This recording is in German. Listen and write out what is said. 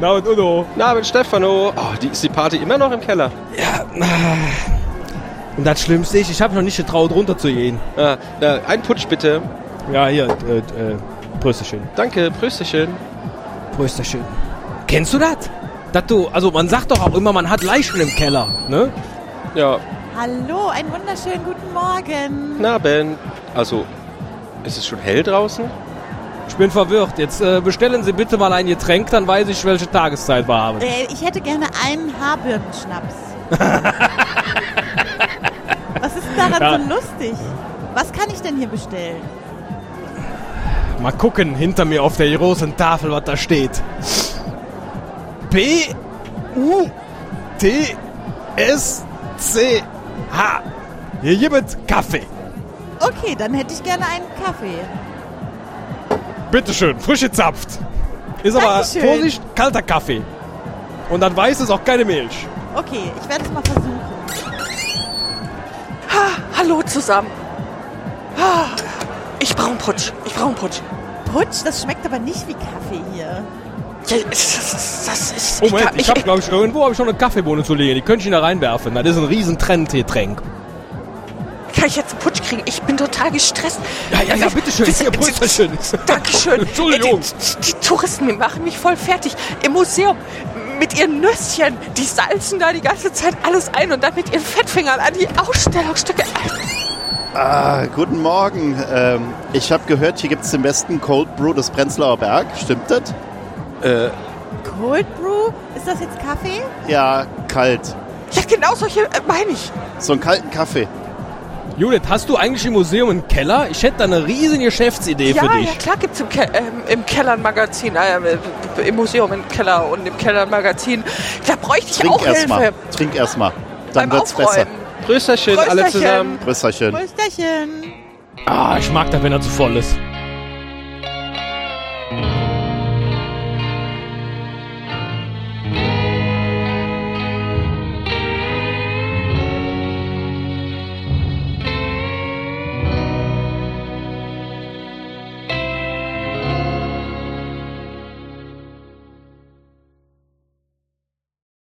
Na und Udo. Na, mit Stefano. Oh, die, ist die Party immer noch im Keller? Ja. Und das Schlimmste ist, ich habe noch nicht getraut, runterzugehen. Ah, na, ein Putsch bitte. Ja, hier, äh, äh, Prösterchen. Danke, Prösterchen. Prösterchen. Kennst du das? Dass du, also man sagt doch auch immer, man hat Leichen im Keller, ne? Ja, Hallo, einen wunderschönen guten Morgen. guten Abend. Also, ist es schon hell draußen? Ich bin verwirrt. Jetzt äh, bestellen Sie bitte mal ein Getränk, dann weiß ich, welche Tageszeit wir haben. Äh, ich hätte gerne einen Haarbirnenschnaps. Was ist denn daran so lustig? Was kann ich denn hier bestellen? Mal gucken, hinter mir auf der großen Tafel, was da steht. P U T S C H. Hier gibt Kaffee. Okay, dann hätte ich gerne einen Kaffee. Bitteschön, frisch gezapft. Ist aber Dankeschön. Vorsicht, kalter Kaffee. Und dann weiß es auch keine Milch. Okay, ich werde es mal versuchen. Hallo zusammen. Ah, Ich brauche einen Putsch. Ich brauche einen Putsch. Putsch, das schmeckt aber nicht wie Kaffee hier. Ja, es- es- es- Das ist. Oh Moment, ich, ich, habe, glaube ich, irgendwo hab ich schon eine Kaffeebohne zu legen. Die könnte ich Ihnen da reinwerfen. Das ist ein riesen Trendgetränk. ich- kann ich jetzt einen Putsch kriegen? Ich bin total gestresst. Ja, ja, ja, bitteschön. Wisst ihr, Hier, Brüsterchen. Dankeschön. Entschuldigung. Die, die, die Touristen, die machen mich voll fertig. Im Museum mit ihren Nüsschen. Die salzen da die ganze Zeit alles ein und dann mit ihren Fettfingern an die Ausstellungsstücke. Ah, guten Morgen. Ähm, ich habe gehört, hier gibt es den besten Cold Brew des Prenzlauer Berg. Stimmt das? Cold Brew? Ist das jetzt Kaffee? Ja, kalt. Ja, genau solche äh, meine ich. So einen kalten Kaffee. Judith, hast du eigentlich im Museum einen Keller? Ich hätte da eine riesen Geschäftsidee Ja, für dich. ja, klar gibt's im, Ke ähm, im Keller ein Magazin, äh, äh, im Museum im Keller und im Keller ein Magazin. Da bräuchte ich Trink auch erstmal. Hilfe Trink erstmal. Dann beim wird's besser. Aufräumen. Prösterchen, alle Prösterchen. zusammen. Prösterchen. Prösterchen. Ah, ich mag das, wenn er zu voll ist.